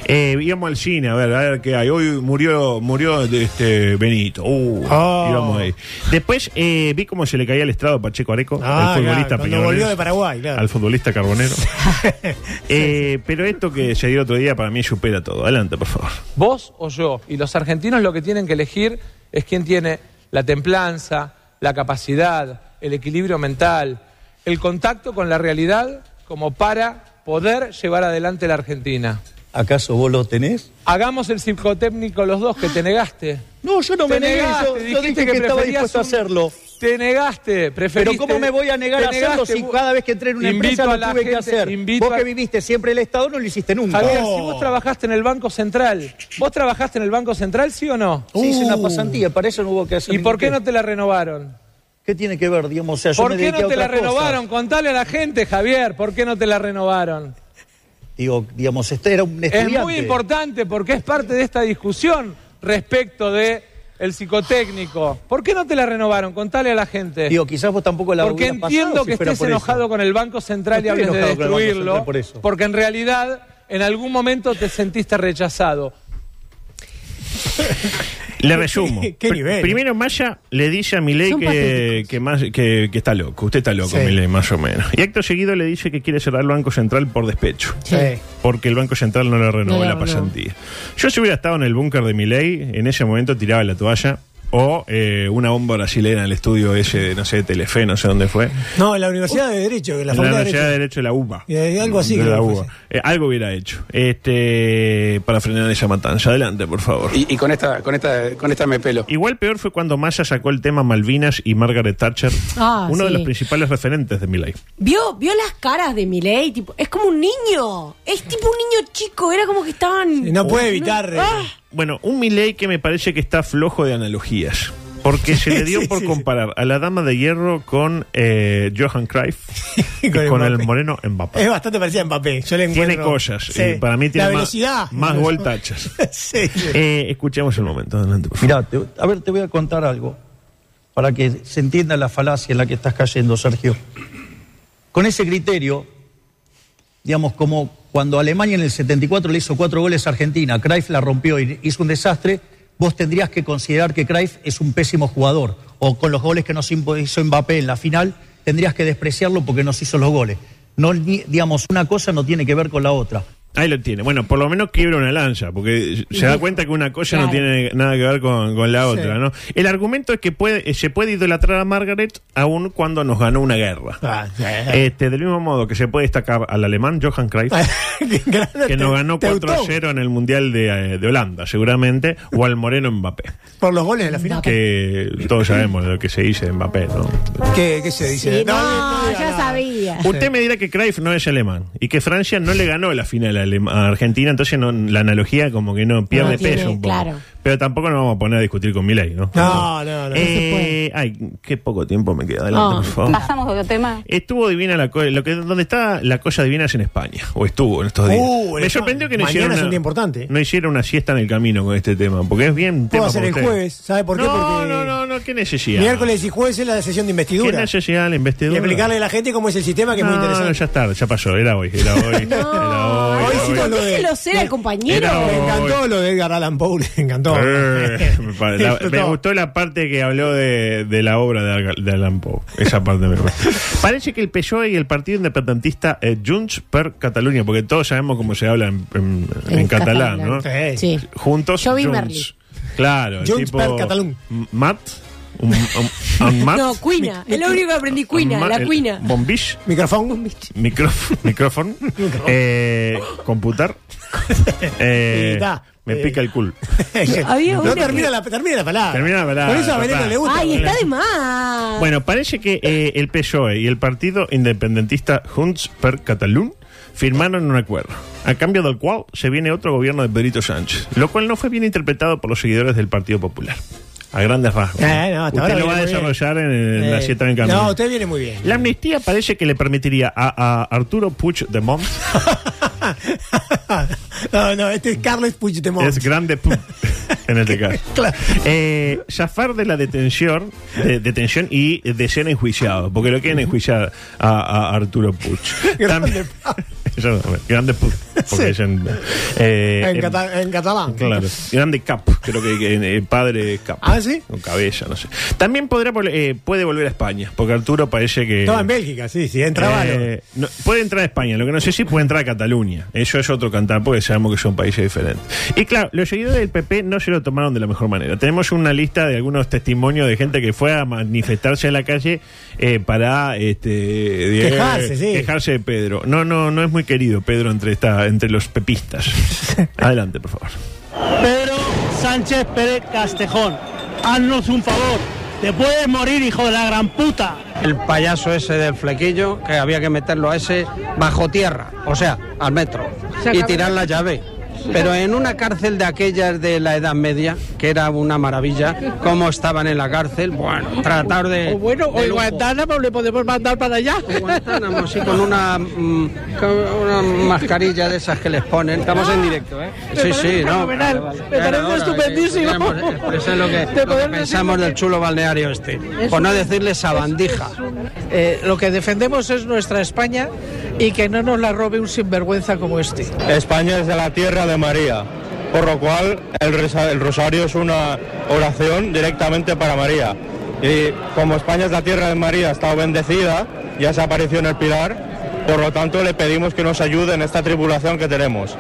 Speaker 9: Eh, íbamos al cine, a ver, a ver qué hay. Hoy murió, murió este Benito. Uh,
Speaker 7: Oh.
Speaker 9: íbamos ahí. Después eh, vi cómo se le caía el estrado a Pacheco Areco,
Speaker 7: Ah,
Speaker 9: el
Speaker 7: claro,
Speaker 9: futbolista
Speaker 7: cuando
Speaker 9: Peñarol.
Speaker 7: volvió de Paraguay, claro.
Speaker 9: Al futbolista carbonero. Eh, pero esto que se dio otro día para mí supera todo. Adelante, por favor.
Speaker 12: Vos o yo. Y los argentinos lo que tienen que elegir es quién tiene la templanza, la capacidad, el equilibrio mental, el contacto con la realidad como para poder llevar adelante la Argentina.
Speaker 13: ¿Acaso vos lo tenés?
Speaker 12: Hagamos el psicotécnico los dos, que te negaste.
Speaker 13: No, yo no
Speaker 12: Te
Speaker 13: me negué,
Speaker 12: negaste,
Speaker 13: yo- yo
Speaker 12: dijiste
Speaker 13: dije que estaba
Speaker 12: preferías
Speaker 13: dispuesto a
Speaker 12: un-
Speaker 13: hacerlo.
Speaker 12: Te negaste, preferiste...
Speaker 13: Pero ¿cómo me voy a negar
Speaker 12: te
Speaker 13: a hacerlo
Speaker 12: negaste,
Speaker 13: si
Speaker 12: vos-
Speaker 13: cada vez que entré en una
Speaker 12: Invito
Speaker 13: empresa
Speaker 12: a
Speaker 13: lo
Speaker 12: la
Speaker 13: tuve que
Speaker 12: gente,
Speaker 13: hacer?
Speaker 12: invito
Speaker 13: Vos
Speaker 12: a-
Speaker 13: que viviste siempre el Estado no lo hiciste nunca.
Speaker 12: Javier, si vos trabajaste en el Banco Central, ¿vos trabajaste en el Banco Central, sí o no?
Speaker 13: Sí, hice una
Speaker 9: Ah.
Speaker 13: pasantía, para eso no hubo que hacer
Speaker 12: ¿Y por qué
Speaker 13: ningún
Speaker 12: no te la renovaron?
Speaker 13: ¿Qué tiene que ver, digamos? O sea, yo
Speaker 12: ¿Por
Speaker 13: me
Speaker 12: qué
Speaker 13: dediqué
Speaker 12: no
Speaker 13: a
Speaker 12: te la
Speaker 13: otras cosas.
Speaker 12: renovaron? Contale a la gente, Javier, ¿por qué no te la renovaron?
Speaker 13: Digo, digamos, este era un estudiante.
Speaker 12: Es muy importante porque es parte de esta discusión respecto de el psicotécnico. ¿Por qué no te la renovaron? Contale a la gente.
Speaker 13: Digo, quizás vos tampoco la
Speaker 12: Porque
Speaker 13: hubieras
Speaker 12: entiendo
Speaker 13: pasado
Speaker 12: que
Speaker 13: si fuera
Speaker 12: estés
Speaker 13: por eso.
Speaker 12: enojado con el Banco Central
Speaker 13: No
Speaker 12: y
Speaker 13: estoy
Speaker 12: hables de
Speaker 13: enojado con el Banco Central
Speaker 12: destruirlo,
Speaker 13: por eso.
Speaker 12: porque en realidad en algún momento te sentiste rechazado.
Speaker 9: Le resumo.
Speaker 12: Qué
Speaker 9: Pr-
Speaker 12: nivel.
Speaker 9: Primero, Maya le dice a Milei
Speaker 12: Son
Speaker 9: que, que, más- que- que está loco. Usted está loco,
Speaker 12: Sí.
Speaker 9: Milei, más o menos. Y acto seguido le dice que quiere cerrar el Banco Central por despecho. Porque el Banco Central no le renovó
Speaker 12: No,
Speaker 9: la
Speaker 12: no.
Speaker 9: pasantía. Yo si hubiera estado en el búnker de Milei, en ese momento tiraba la toalla. O eh, una bomba brasilera en el estudio ese, de, no sé, de Telefe, no sé dónde fue.
Speaker 7: No, en la Universidad de Derecho, en la
Speaker 9: En la
Speaker 7: Facultad de
Speaker 9: Universidad
Speaker 7: Derecho.
Speaker 9: de Derecho de la UBA.
Speaker 7: Eh, algo así
Speaker 9: De
Speaker 7: creo
Speaker 9: la
Speaker 7: que fue,
Speaker 9: UBA. Eh, algo hubiera hecho este, para frenar esa matanza. Adelante, por favor.
Speaker 5: Y, y con esta, con esta, con esta me pelo.
Speaker 9: Igual peor fue cuando Massa sacó el tema Malvinas y Margaret Thatcher,
Speaker 3: Ah,
Speaker 9: uno de
Speaker 3: sí.
Speaker 9: los principales referentes de Milei.
Speaker 3: ¿Vio, vio las caras de Milei, tipo, es como un niño, es tipo un niño chico, era como que estaban...
Speaker 7: eh,
Speaker 3: Ah,
Speaker 9: Bueno, un Milei que me parece que está flojo de analogías. Porque se le dio
Speaker 7: Sí,
Speaker 9: por
Speaker 7: sí, sí.
Speaker 9: comparar a la dama de hierro con eh, Johan Cruyff y
Speaker 7: Con
Speaker 9: con,
Speaker 7: Mbappé.
Speaker 9: el moreno Mbappé.
Speaker 7: Es bastante parecida a Mbappé. Yo le
Speaker 9: Tiene
Speaker 7: encuentro.
Speaker 9: cosas.
Speaker 7: Sí.
Speaker 9: y para mí tiene
Speaker 7: La
Speaker 9: más-
Speaker 7: velocidad.
Speaker 9: más, gol Thatcher.
Speaker 7: sí.
Speaker 9: Eh, escuchemos el momento. Adelante, por
Speaker 13: Mirá, te- a ver, te voy a contar algo para que se entienda la falacia en la que estás cayendo, Sergio. Con ese criterio, digamos, como cuando Alemania en el 74 le hizo cuatro goles a Argentina, Cruyff la rompió y hizo un desastre, Eh, vos tendrías que considerar que Cruyff es un pésimo jugador. O con los goles que nos impo- hizo Mbappé en la final, tendrías que despreciarlo porque nos hizo los goles. No, ni- digamos, una cosa no tiene que ver con la otra.
Speaker 9: Ahí lo tiene. Bueno, por lo menos quiebra una lanza, porque se da cuenta que una cosa no
Speaker 13: Claro.
Speaker 9: tiene nada que ver con, con la
Speaker 13: Sí.
Speaker 9: otra, ¿no? El argumento es que puede, eh, se puede idolatrar a Margaret aun cuando nos ganó una guerra.
Speaker 13: Ah.
Speaker 7: Ah,
Speaker 9: Este, del mismo modo que se puede destacar al alemán Johan Cruyff,
Speaker 13: Ah,
Speaker 9: que nos ganó
Speaker 7: Teutón.
Speaker 9: 4 a 0 en el Mundial de, eh, de Holanda, seguramente, o al moreno Mbappé,
Speaker 7: Por los goles de la final.
Speaker 9: que todos sabemos lo que se dice de Mbappé, ¿no?
Speaker 7: ¿Qué, qué se dice?
Speaker 3: sí, no, Ah, ya sabía.
Speaker 9: Usted me dirá que Cruyff no es alemán y que Francia no le ganó la final a, Alem- a Argentina, entonces no, la analogía como que no pierde
Speaker 3: No tiene,
Speaker 9: peso un poco.
Speaker 3: claro.
Speaker 9: Pero tampoco nos vamos a poner a discutir con Milei, ¿no?
Speaker 7: No, no, no. Oh.
Speaker 9: Eh, ay, qué poco tiempo me queda. Adelante, por favor.
Speaker 14: Pasamos a otro tema.
Speaker 9: Estuvo divina la cosa. Lo que, donde está la cosa divina es en España. O estuvo en estos días.
Speaker 7: Uh,
Speaker 9: me sorprendió que no
Speaker 7: mañana
Speaker 9: hicieron,
Speaker 7: es un
Speaker 9: una,
Speaker 7: día importante.
Speaker 9: no hicieron una siesta en el camino con este tema. Porque es
Speaker 7: Puedo
Speaker 9: bien tema
Speaker 7: hacer
Speaker 9: para
Speaker 7: el
Speaker 9: ustedes.
Speaker 7: jueves. ¿Sabe por qué?
Speaker 9: No,
Speaker 7: Porque
Speaker 9: no, no, no, qué necesidad.
Speaker 7: Miércoles y jueves es la sesión de
Speaker 9: ¿Qué
Speaker 7: investidura.
Speaker 9: necesidad de la
Speaker 7: Y
Speaker 9: investidura?
Speaker 7: explicarle a la gente cómo es el sistema, que es muy
Speaker 9: No,
Speaker 7: interesante.
Speaker 9: no, ya está, ya pasó, era hoy, era hoy, era hoy.
Speaker 7: Hoy
Speaker 9: era
Speaker 7: sí
Speaker 9: hoy.
Speaker 7: no lo de-
Speaker 3: Déjelo ser al compañero.
Speaker 9: Era
Speaker 7: Me encantó lo de Edgar Allan Poe, me encantó.
Speaker 9: Eh, me, pare- la-
Speaker 7: Disfrutó.
Speaker 9: me gustó la parte que habló de, de la obra de, Alga- de Allan Poe. Esa parte me gustó. Parece que el PSOE y el partido independentista eh, Junts per Cataluña, porque todos sabemos cómo se habla en, en- en
Speaker 7: En
Speaker 9: catalán,
Speaker 7: catalán,
Speaker 9: ¿no?
Speaker 7: sí. Sí.
Speaker 9: Juntos,
Speaker 7: Yo vi
Speaker 9: Junts.
Speaker 7: Merli.
Speaker 9: Claro, el
Speaker 7: Junts
Speaker 9: tipo,
Speaker 7: per Cataluñ.
Speaker 9: M- Mat, un, un- un mat,
Speaker 3: No, cuina, es lo único que aprendí, cuina,
Speaker 9: Ma-
Speaker 3: la
Speaker 9: el-
Speaker 3: cuina.
Speaker 9: Bombish.
Speaker 7: Micrófono.
Speaker 9: Micrófono. eh, computar. Eh,
Speaker 7: Sí, da.
Speaker 9: me pica el culo.
Speaker 7: Había
Speaker 9: No
Speaker 7: una
Speaker 9: termina
Speaker 7: que- termina la palabra.
Speaker 9: Termina la palabra,
Speaker 7: Por Eh, eso a
Speaker 9: papá.
Speaker 7: Veneno le gusta.
Speaker 3: Ay, está de más.
Speaker 9: Bueno, parece que eh, el PSOE y el partido independentista Junts per Catalunya firmaron un acuerdo, a cambio del cual se viene otro gobierno de Pedrito Sánchez, lo cual no fue bien interpretado por los seguidores del Partido Popular. A grandes rasgos.
Speaker 7: Eh, no, hasta ahora
Speaker 9: Usted lo
Speaker 7: viene
Speaker 9: va a
Speaker 7: muy bien.
Speaker 9: desarrollar en, en la
Speaker 7: Eh,
Speaker 9: siete en camino.
Speaker 7: No, usted viene muy bien.
Speaker 9: La amnistía parece que le permitiría a, a Arturo Puigdemont,
Speaker 7: No, no, este es Carles Puigdemont.
Speaker 9: es grande pu- en este caso, eh, zafar de la detención, de- detención y de ser enjuiciado, porque lo quieren enjuiciar a, a Arturo Puig. También- Eso, grande Puig, porque dicen, eh,
Speaker 7: en,
Speaker 9: em-
Speaker 7: cata- en catalán.
Speaker 9: Claro. Grande Cap, creo que, que, eh, padre Cap.
Speaker 7: Ah, ¿sí?
Speaker 9: O cabeza, no sé. También podría, vol- eh, puede volver a España, porque Arturo parece que.
Speaker 7: Estaba en Bélgica, sí, sí, entraba.
Speaker 9: Eh, no, puede entrar a España, lo que no sé si puede entrar a Cataluña. Eso es otro cantar, porque sabemos que son países diferentes. Y claro, los seguidores del PP no se lo tomaron de la mejor manera. Tenemos una lista de algunos testimonios de gente que fue a manifestarse en la calle eh, para este, de-
Speaker 7: Quejarse, sí.
Speaker 9: quejarse de Pedro. No, no, no es muy querido Pedro entre, esta, entre los pepistas. Adelante, por favor.
Speaker 14: Pedro Sánchez Pérez Castejón, haznos un favor. Te puedes morir, hijo de la gran puta.
Speaker 15: El payaso ese del flequillo, que había que meterlo a ese bajo tierra, o sea, al metro,
Speaker 14: Se
Speaker 15: y
Speaker 14: acabó.
Speaker 15: tirar la llave. Pero en una cárcel de aquellas de la Edad Media, que era una maravilla, cómo estaban en la cárcel, bueno, tratar de...
Speaker 14: O bueno,
Speaker 15: de
Speaker 14: o
Speaker 15: lujo.
Speaker 14: Guantánamo le podemos mandar para allá.
Speaker 15: Guantánamo, sí, con una, mm, con una mascarilla de esas que les ponen. Estamos en directo, ¿eh? Sí, sí, no.
Speaker 14: Ah, fenomenal.
Speaker 15: Vale, vale.
Speaker 14: Me
Speaker 15: Ya era
Speaker 14: parece
Speaker 15: hora que
Speaker 14: estupendísimo.
Speaker 15: pudiéramos expresar lo que,
Speaker 14: Te
Speaker 15: lo que
Speaker 14: podemos
Speaker 15: pensamos
Speaker 14: decir
Speaker 15: del chulo balneario este.
Speaker 14: Es
Speaker 15: Por no
Speaker 14: un-
Speaker 15: decirle sabandija.
Speaker 14: Eh, lo que defendemos es nuestra España y que no nos la robe un sinvergüenza como este.
Speaker 16: España es de la tierra de María, por lo cual el, reza- el rosario es una oración directamente para María. Y como España es la tierra de María, ha estado bendecida, ya se apareció en el pilar, por lo tanto le pedimos que nos ayude en esta tribulación que tenemos,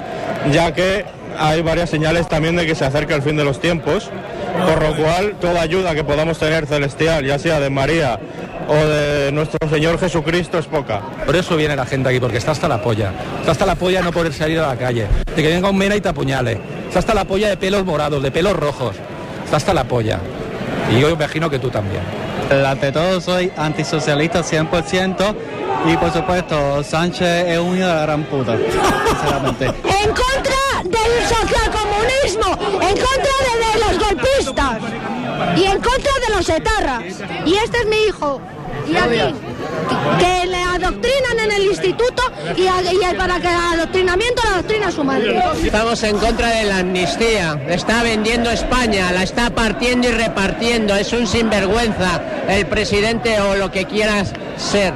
Speaker 16: ya que hay varias señales también de que se acerca el fin de los tiempos, por lo cual toda ayuda que podamos tener celestial, ya sea de María o de nuestro Señor Jesucristo, es poca.
Speaker 12: Por eso viene la gente aquí, porque está hasta la polla. Está hasta la polla de no poder salir a la calle. De que venga un mena y te apuñale. Está hasta la polla de pelos morados, de pelos rojos. Está hasta la polla. Y yo imagino que tú también.
Speaker 17: Ante todo soy antisocialista 100% y por supuesto Sánchez es un hijo de la gran puta, sinceramente.
Speaker 6: En contra del socialcomunismo, en contra de, de los golpistas y en contra de los etarras. Y este es mi hijo. Y a mí, que le adoctrinan en el instituto y, a- y para que el adoctrinamiento la doctrina a su madre.
Speaker 18: Estamos en contra de la amnistía. Está vendiendo España, la está partiendo y repartiendo. Es un sinvergüenza el presidente o lo que quieras ser.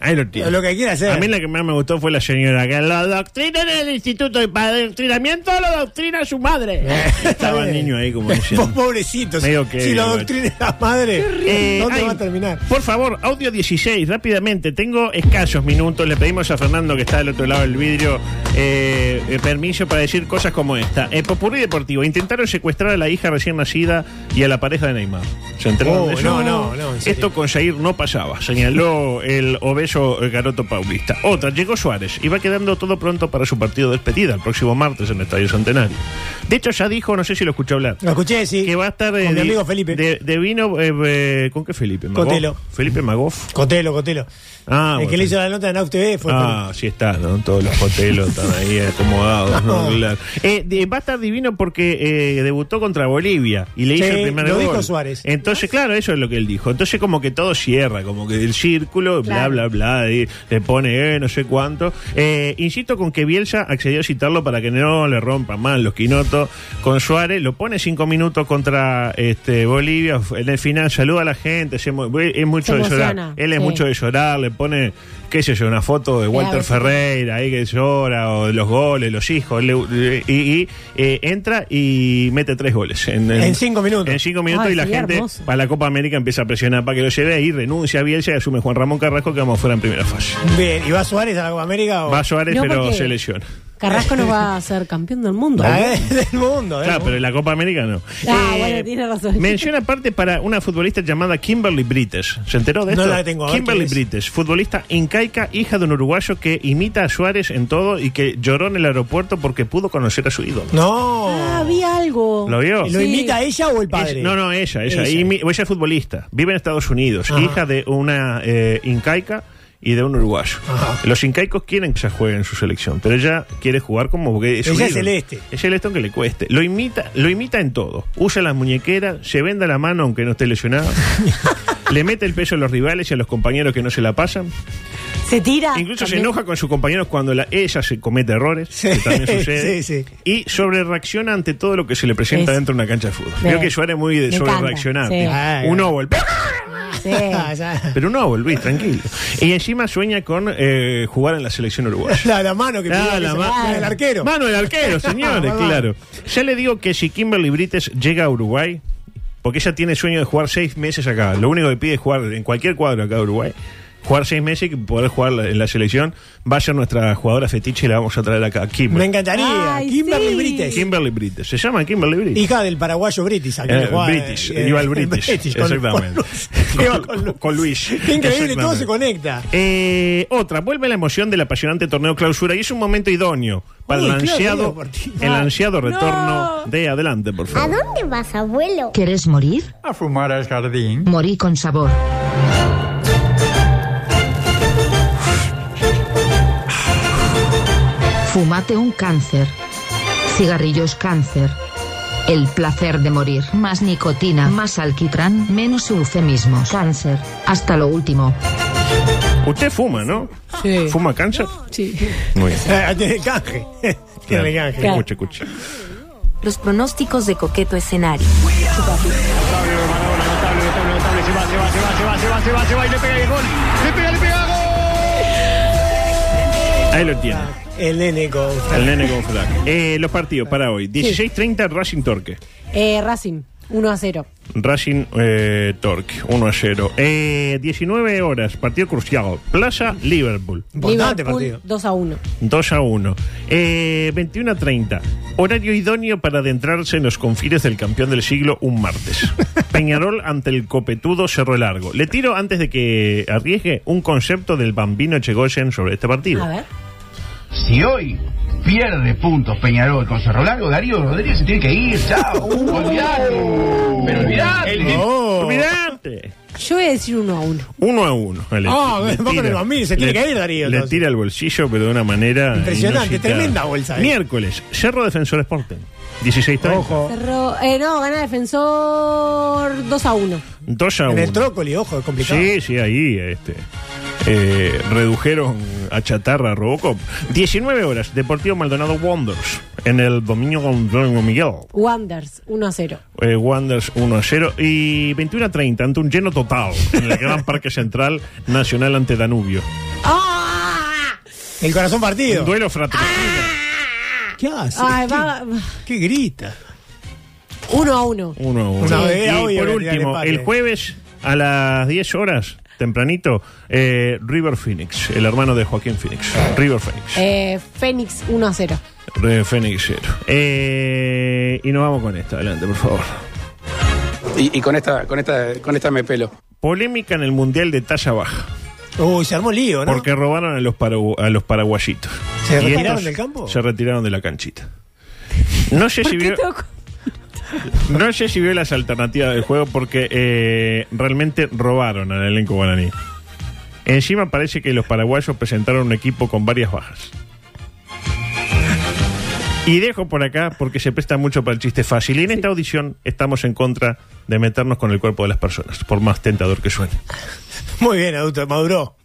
Speaker 9: Ahí lo tiene.
Speaker 7: Lo que quiera hacer.
Speaker 9: A mí la que más me gustó fue la señora que la doctrina en el instituto y para adoctrinamiento lo doctrina su madre. Estaba el niño ahí como diciendo.
Speaker 7: Pobrecitos.
Speaker 9: Medio que-
Speaker 7: si lo doctrina la madre,
Speaker 9: Eh,
Speaker 7: ¿dónde
Speaker 9: ay,
Speaker 7: va a terminar?
Speaker 9: Por favor, audio 16, rápidamente. Tengo escasos minutos. Le pedimos a Fernando, que está del otro lado del vidrio, eh, eh, permiso para decir cosas como esta. Eh, Popurrí Deportivo. Intentaron secuestrar a la hija recién nacida y a la pareja de Neymar. ¿Se enteraron
Speaker 7: Oh,
Speaker 9: de eso?
Speaker 7: no, no, no, en serio.
Speaker 9: Esto con Jair no pasaba, señaló el obeso eh, Garoto Paulista. Otra, llegó Suárez y va quedando todo pronto para su partido de despedida el próximo martes en el Estadio Centenario. De hecho, ya dijo, no sé si lo escuchó hablar.
Speaker 7: Lo escuché, sí.
Speaker 9: Que va a estar eh,
Speaker 7: Con mi
Speaker 9: de-
Speaker 7: amigo Felipe.
Speaker 9: De, de vino eh, eh, con qué Felipe Magoff?
Speaker 7: Cotelo.
Speaker 9: Felipe Magoff.
Speaker 7: Cotelo, Cotelo.
Speaker 9: Ah,
Speaker 7: el
Speaker 9: bueno.
Speaker 7: que le hizo la nota de Nau TV fue.
Speaker 9: Ah, sí está, ¿no? Todos los cotelos están ahí acomodados, ¿no?
Speaker 7: No.
Speaker 9: Claro. Eh, de- va a estar divino porque eh, debutó contra Bolivia y le
Speaker 7: Sí,
Speaker 9: hizo el primer
Speaker 7: lo
Speaker 9: gol.
Speaker 7: dijo Suárez.
Speaker 9: Entonces, claro, eso es lo que él dijo. Entonces, como que todo cierra, como que el círculo,
Speaker 7: Claro.
Speaker 9: bla, bla, bla, y le pone, eh, no sé cuánto. Eh, insisto con que Bielsa accedió a citarlo para que no le rompan más los quinotos con Suárez. Lo pone cinco minutos contra este Bolivia. En el final saluda a la gente. se mo- es mucho de llorar.
Speaker 7: emociona,
Speaker 9: Él es
Speaker 7: sí.
Speaker 9: mucho de llorar. Le pone, qué sé yo, una foto de de Walter
Speaker 7: Claro, sí.
Speaker 9: Ferreira, ahí que llora, o de los goles, los hijos, le- le- y, y, eh, entra y mete tres goles. En,
Speaker 7: En cinco minutos.
Speaker 9: En cinco minutos
Speaker 7: Ay,
Speaker 9: y la
Speaker 7: sí,
Speaker 9: gente
Speaker 7: hermoso.
Speaker 9: para la Copa América empieza a presionar para que lo lleve y renuncia a Bielsa y asume Juan Ramón Carrasco que vamos fuera en primera fase.
Speaker 7: Bien, ¿y va Suárez a la Copa América? O?
Speaker 9: Va Suárez,
Speaker 7: No,
Speaker 9: pero
Speaker 7: porque-
Speaker 9: se lesiona.
Speaker 3: Carrasco no va a ser campeón del mundo.
Speaker 9: del mundo, Claro, pero en la Copa América no. Eh,
Speaker 3: Ah, bueno, tiene razón.
Speaker 9: Mención aparte para una futbolista llamada Kimberly Brites. ¿Se enteró de
Speaker 7: No
Speaker 9: esto?
Speaker 7: la tengo, a ver, ¿quién
Speaker 9: Kimberly
Speaker 7: es?
Speaker 9: Brites, futbolista incaica, hija de un uruguayo que imita a Suárez en todo y que lloró en el aeropuerto porque pudo conocer a su ídolo.
Speaker 7: No.
Speaker 3: Ah, vi algo.
Speaker 9: ¿Lo vio?
Speaker 7: ¿Lo imita ella o el padre?
Speaker 9: Es- no, no, ella. Ella,
Speaker 7: Ella.
Speaker 9: Y mi- ella es futbolista. Vive en Estados Unidos.
Speaker 7: Ajá.
Speaker 9: Hija de una eh, incaica y de un uruguayo. Los incaicos quieren que ella juegue en su selección, pero ella quiere jugar como porque es su
Speaker 7: Ella es
Speaker 9: ídolo.
Speaker 7: celeste.
Speaker 9: Es celeste aunque le cueste. Lo imita, lo imita en todo. Usa las muñequeras, se venda la mano aunque no esté lesionado. Le mete el peso a los rivales y a los compañeros que no se la pasan.
Speaker 3: Se tira.
Speaker 9: Incluso se enoja con sus compañeros cuando la- ella se comete errores, que también sucede. Y sobre reacciona ante todo lo que se le presenta
Speaker 7: Es-
Speaker 9: dentro de una cancha de fútbol.
Speaker 7: Bien.
Speaker 9: Creo que Suárez es muy de
Speaker 7: Me
Speaker 9: sobre
Speaker 7: encanta,
Speaker 9: reaccionar.
Speaker 7: sí. Ah,
Speaker 9: Un
Speaker 7: claro.
Speaker 9: óvol.
Speaker 7: Ah,
Speaker 9: Pero no, volvís, tranquilo. Y encima sueña con eh, jugar en la selección uruguaya.
Speaker 7: La, la mano que
Speaker 9: Ah,
Speaker 7: pidió que
Speaker 9: la
Speaker 7: se
Speaker 9: ma-
Speaker 7: metiera el arquero.
Speaker 9: Mano del arquero, señores,
Speaker 7: Vamos,
Speaker 9: claro. Ya le digo que si Kimberly Brites llega a Uruguay, porque ella tiene sueño de jugar seis meses acá, lo único que pide es jugar en cualquier cuadro acá de Uruguay, jugar seis meses y poder jugar la- en la selección, va a ser nuestra jugadora fetiche y la vamos a traer acá. Kimberly.
Speaker 7: Me encantaría. Kimberly Brites.
Speaker 9: Kimberly Brites. Se llama Kimberly Brites.
Speaker 7: Hija del paraguayo British. al que
Speaker 9: Eh,
Speaker 7: le jugaba,
Speaker 9: British,
Speaker 7: eh,
Speaker 9: iba al British,
Speaker 7: con-
Speaker 9: exactamente.
Speaker 7: con- iba con-
Speaker 9: Con, con Luis.
Speaker 7: Qué increíble, todo
Speaker 9: Exactamente.
Speaker 7: se conecta.
Speaker 9: Eh, otra, vuelve la emoción del apasionante torneo clausura y es un momento idóneo para
Speaker 7: Uy,
Speaker 9: el
Speaker 7: claro,
Speaker 9: ansiado,
Speaker 7: claro, Martín.
Speaker 9: el ansiado retorno de adelante, por favor.
Speaker 19: dónde vas, abuelo?
Speaker 20: ¿Querés morir?
Speaker 21: A fumar al jardín.
Speaker 20: Morí con sabor. Fumate un cáncer. Cigarrillos cáncer. El placer de morir. Más nicotina, más alquitrán, menos eufemismo. Cáncer. Hasta lo último.
Speaker 7: ¿Ah,
Speaker 9: Usted fuma, ¿no? Sí. ¿Fuma cáncer?
Speaker 3: Sí.
Speaker 9: Muy bien.
Speaker 7: Tiene Eh, canje. Tiene canje.
Speaker 9: Claro. Escuche, escuche.
Speaker 22: Los pronósticos de coqueto escenario.
Speaker 8: Se va, se va, se va, se va, se va, se va, se va y le pega el gol. Le pega, le pega,
Speaker 9: Ahí lo tiene.
Speaker 7: El nene con
Speaker 9: El nene con flag. Eh, los partidos para hoy. 16.30 Racing Torque.
Speaker 3: Eh, Racing, 1 a 0.
Speaker 9: Racing eh, Torque, 1 a 0. Eh, 19 horas, partido crucial. Plaza Liverpool.
Speaker 3: Liverpool, 2 a 1.
Speaker 9: 2 a 1. Eh, 21 a 30. Horario idóneo para adentrarse en los confines del campeón del siglo un martes. Peñarol ante el copetudo Cerro Largo. Le tiro antes de que arriesgue un concepto del bambino Chegoyen sobre este partido.
Speaker 23: Si hoy pierde puntos Peñarol con Cerro Largo, Darío Rodríguez se tiene que ir, chao. Olvidate. Pero olvidate.
Speaker 9: El-
Speaker 7: Oh.
Speaker 9: Olvidate.
Speaker 3: Yo voy a decir 1 a 1.
Speaker 9: 1 a 1. Le-
Speaker 7: Ah,
Speaker 9: le
Speaker 7: va con
Speaker 9: tira-
Speaker 7: el Bambino, se tiene
Speaker 9: le-
Speaker 7: que ir, Darío,
Speaker 9: Le
Speaker 7: entonces.
Speaker 9: tira el bolsillo, pero de una manera.
Speaker 7: Impresionante,
Speaker 9: inusitada.
Speaker 7: tremenda bolsa, eh.
Speaker 9: Miércoles, Cerro Defensor Sporting. 16 Ojo.
Speaker 3: Cerró- eh, no, gana defensor 2 a 1.
Speaker 9: 2 a 1.
Speaker 7: En el trócoli, ojo, es complicado.
Speaker 9: Sí, sí, ahí este, eh, redujeron a chatarra a Robocop. 19 horas, Deportivo Maldonado Wonders, en el dominio con Domingo Miguel.
Speaker 3: Wanders, 1 a 0.
Speaker 9: Eh, Wonders 1 a 0 y 21 a 30 ante un lleno total en el Gran Parque Central Nacional ante Danubio.
Speaker 7: El corazón partido.
Speaker 9: Un duelo fratricida.
Speaker 7: Ah. ¿Qué hace?
Speaker 3: Ay, va-
Speaker 7: ¿Qué grita?
Speaker 3: 1 a 1.
Speaker 9: Uno a uno.
Speaker 7: Una
Speaker 9: Y
Speaker 7: idea obvia
Speaker 9: por
Speaker 7: que le
Speaker 9: último,
Speaker 7: empate.
Speaker 9: el jueves a las 10 horas, tempranito, eh, River Phoenix, el hermano de Joaquín Phoenix. River Phoenix.
Speaker 3: Eh, Fénix, 1 a 0.
Speaker 9: Re Fénix cero. Eh, y nos vamos con esta, adelante, por favor.
Speaker 24: Y, y con esta, con esta, con esta me pelo.
Speaker 9: Polémica en el Mundial de talla baja.
Speaker 7: Uy, se armó lío, ¿no?
Speaker 9: Porque robaron a los, paragu- a los paraguayitos.
Speaker 7: ¿Se
Speaker 9: Y
Speaker 7: retiraron
Speaker 9: estos
Speaker 7: del campo?
Speaker 9: Se retiraron de la canchita. No sé si vio. No sé si vio las alternativas del juego porque eh, realmente robaron al elenco guaraní. Encima parece que los paraguayos presentaron un equipo con varias bajas. Y dejo por acá porque se presta mucho para el chiste fácil. Y en esta audición estamos en contra de meternos con el cuerpo de las personas, por más tentador que suene.
Speaker 7: Muy bien, adulto, maduró.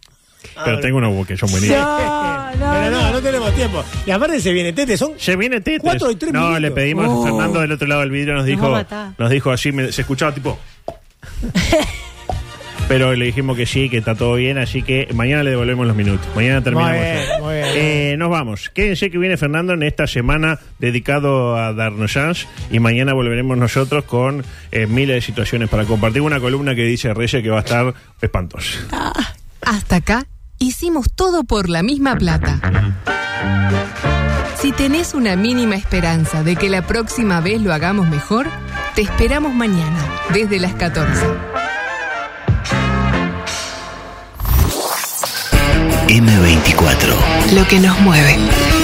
Speaker 9: Pero tengo unos que son buenísimos.
Speaker 7: No, no, Pero no, no, tenemos tiempo. Y aparte se viene Tete, son
Speaker 9: se viene Tete.
Speaker 7: cuatro y tres
Speaker 9: no,
Speaker 7: minutos.
Speaker 9: le pedimos
Speaker 7: Oh.
Speaker 9: a Fernando del otro lado del vidrio, nos
Speaker 7: Nos va
Speaker 9: dijo,
Speaker 7: a matar.
Speaker 9: nos dijo así, me- se escuchaba tipo. Pero le dijimos que sí, que está todo bien, así que mañana le devolvemos los minutos. Mañana terminamos.
Speaker 7: Muy bien,
Speaker 9: ya.
Speaker 7: muy bien.
Speaker 9: Eh, nos vamos. Quédense que viene Fernando en esta semana dedicado a darnos chance y mañana volveremos nosotros con eh, miles de situaciones para compartir una columna que dice Reyes que va a estar espantosa.
Speaker 1: Hasta acá hicimos todo por la misma plata. Si tenés una mínima esperanza de que la próxima vez lo hagamos mejor, te esperamos mañana, desde las 14.
Speaker 2: M24.
Speaker 1: Lo que nos mueve.